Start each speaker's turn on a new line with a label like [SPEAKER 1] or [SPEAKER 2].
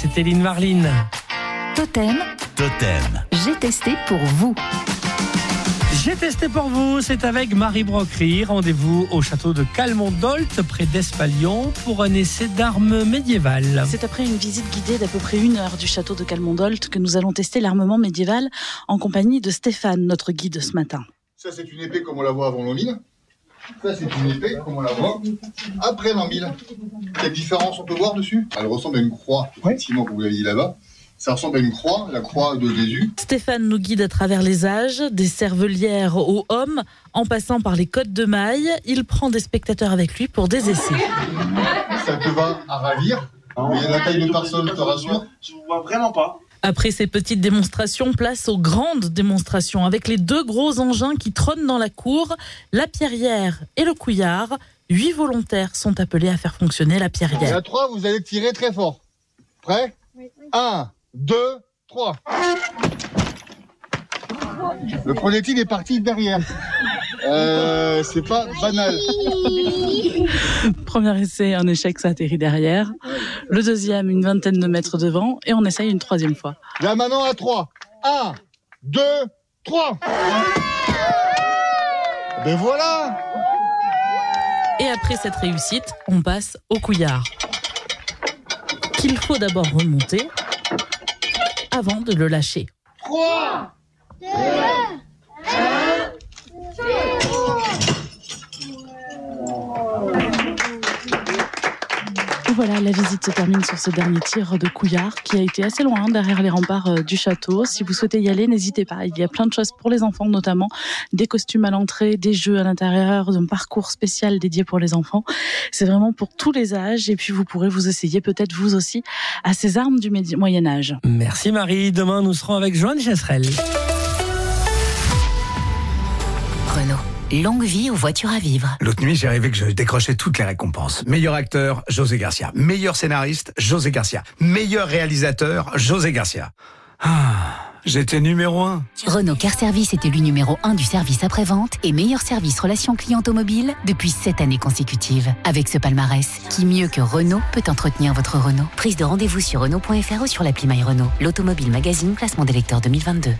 [SPEAKER 1] c'était Lynn Marlin.
[SPEAKER 2] Totem,
[SPEAKER 3] Totem.
[SPEAKER 2] j'ai testé pour vous.
[SPEAKER 1] J'ai testé pour vous, c'est avec Marie Brocry. Rendez-vous au château de Calmondolt, près d'Espalion, pour un essai d'armes médiévales.
[SPEAKER 4] C'est après une visite guidée d'à peu près une heure du château de Calmondolt que nous allons tester l'armement médiéval en compagnie de Stéphane, notre guide ce matin.
[SPEAKER 5] Ça, c'est une épée comme on la voit avant l'an Ça, c'est une épée comme on la voit après l'an Quelle différence on peut voir dessus Ah, Elle ressemble à une croix, effectivement, comme vous l'avez dit là-bas. Ça ressemble à une croix, la croix de Jésus.
[SPEAKER 4] Stéphane nous guide à travers les âges, des cervelières aux hommes, en passant par les codes de maille. Il prend des spectateurs avec lui pour des essais.
[SPEAKER 5] Ça te va à ravir. Il y a Hein, la taille de personne, je te rassure.
[SPEAKER 6] Je vous vois vraiment pas.
[SPEAKER 4] Après ces petites démonstrations, place aux grandes démonstrations avec les deux gros engins qui trônent dans la cour, la pierrière et le couillard. Huit volontaires sont appelés à faire fonctionner la
[SPEAKER 5] Et
[SPEAKER 4] pierrière.
[SPEAKER 5] à 3, vous allez tirer très fort. Prêt 1, 2, 3. Le projectile est parti derrière. Euh, c'est pas banal.
[SPEAKER 4] Premier essai, un échec, ça atterrit derrière. Le deuxième, une vingtaine de mètres devant. Et on essaye une troisième fois.
[SPEAKER 5] Là maintenant à 3. 1, 2, 3. Ben voilà
[SPEAKER 4] Et après cette réussite, on passe au couillard. Qu'il faut d'abord remonter avant de le lâcher.
[SPEAKER 5] 3
[SPEAKER 4] Et voilà, la visite se termine sur ce dernier tir de Couillard qui a été assez loin derrière les remparts euh, du château. Si vous souhaitez y aller, n'hésitez pas. Il y a plein de choses pour les enfants notamment, des costumes à l'entrée, des jeux à l'intérieur, un parcours spécial dédié pour les enfants. C'est vraiment pour tous les âges et puis vous pourrez vous essayer peut-être vous aussi à ces armes du Médi- Moyen Âge.
[SPEAKER 1] Merci Marie, demain nous serons avec Joanne Chasserel.
[SPEAKER 2] Renault, longue vie aux voitures à vivre.
[SPEAKER 3] L'autre nuit, j'ai rêvé que je décrochais toutes les récompenses. Meilleur acteur, José Garcia. Meilleur scénariste, José Garcia. Meilleur réalisateur, José Garcia. Ah, j'étais numéro un.
[SPEAKER 2] Renault Car Service est élu numéro 1 du service après-vente et meilleur service relation client mobile depuis 7 années consécutives. Avec ce palmarès, qui mieux que Renault peut entretenir votre Renault Prise de rendez-vous sur Renault.fr ou sur l'appli MyRenault. L'automobile magazine classement des lecteurs 2022.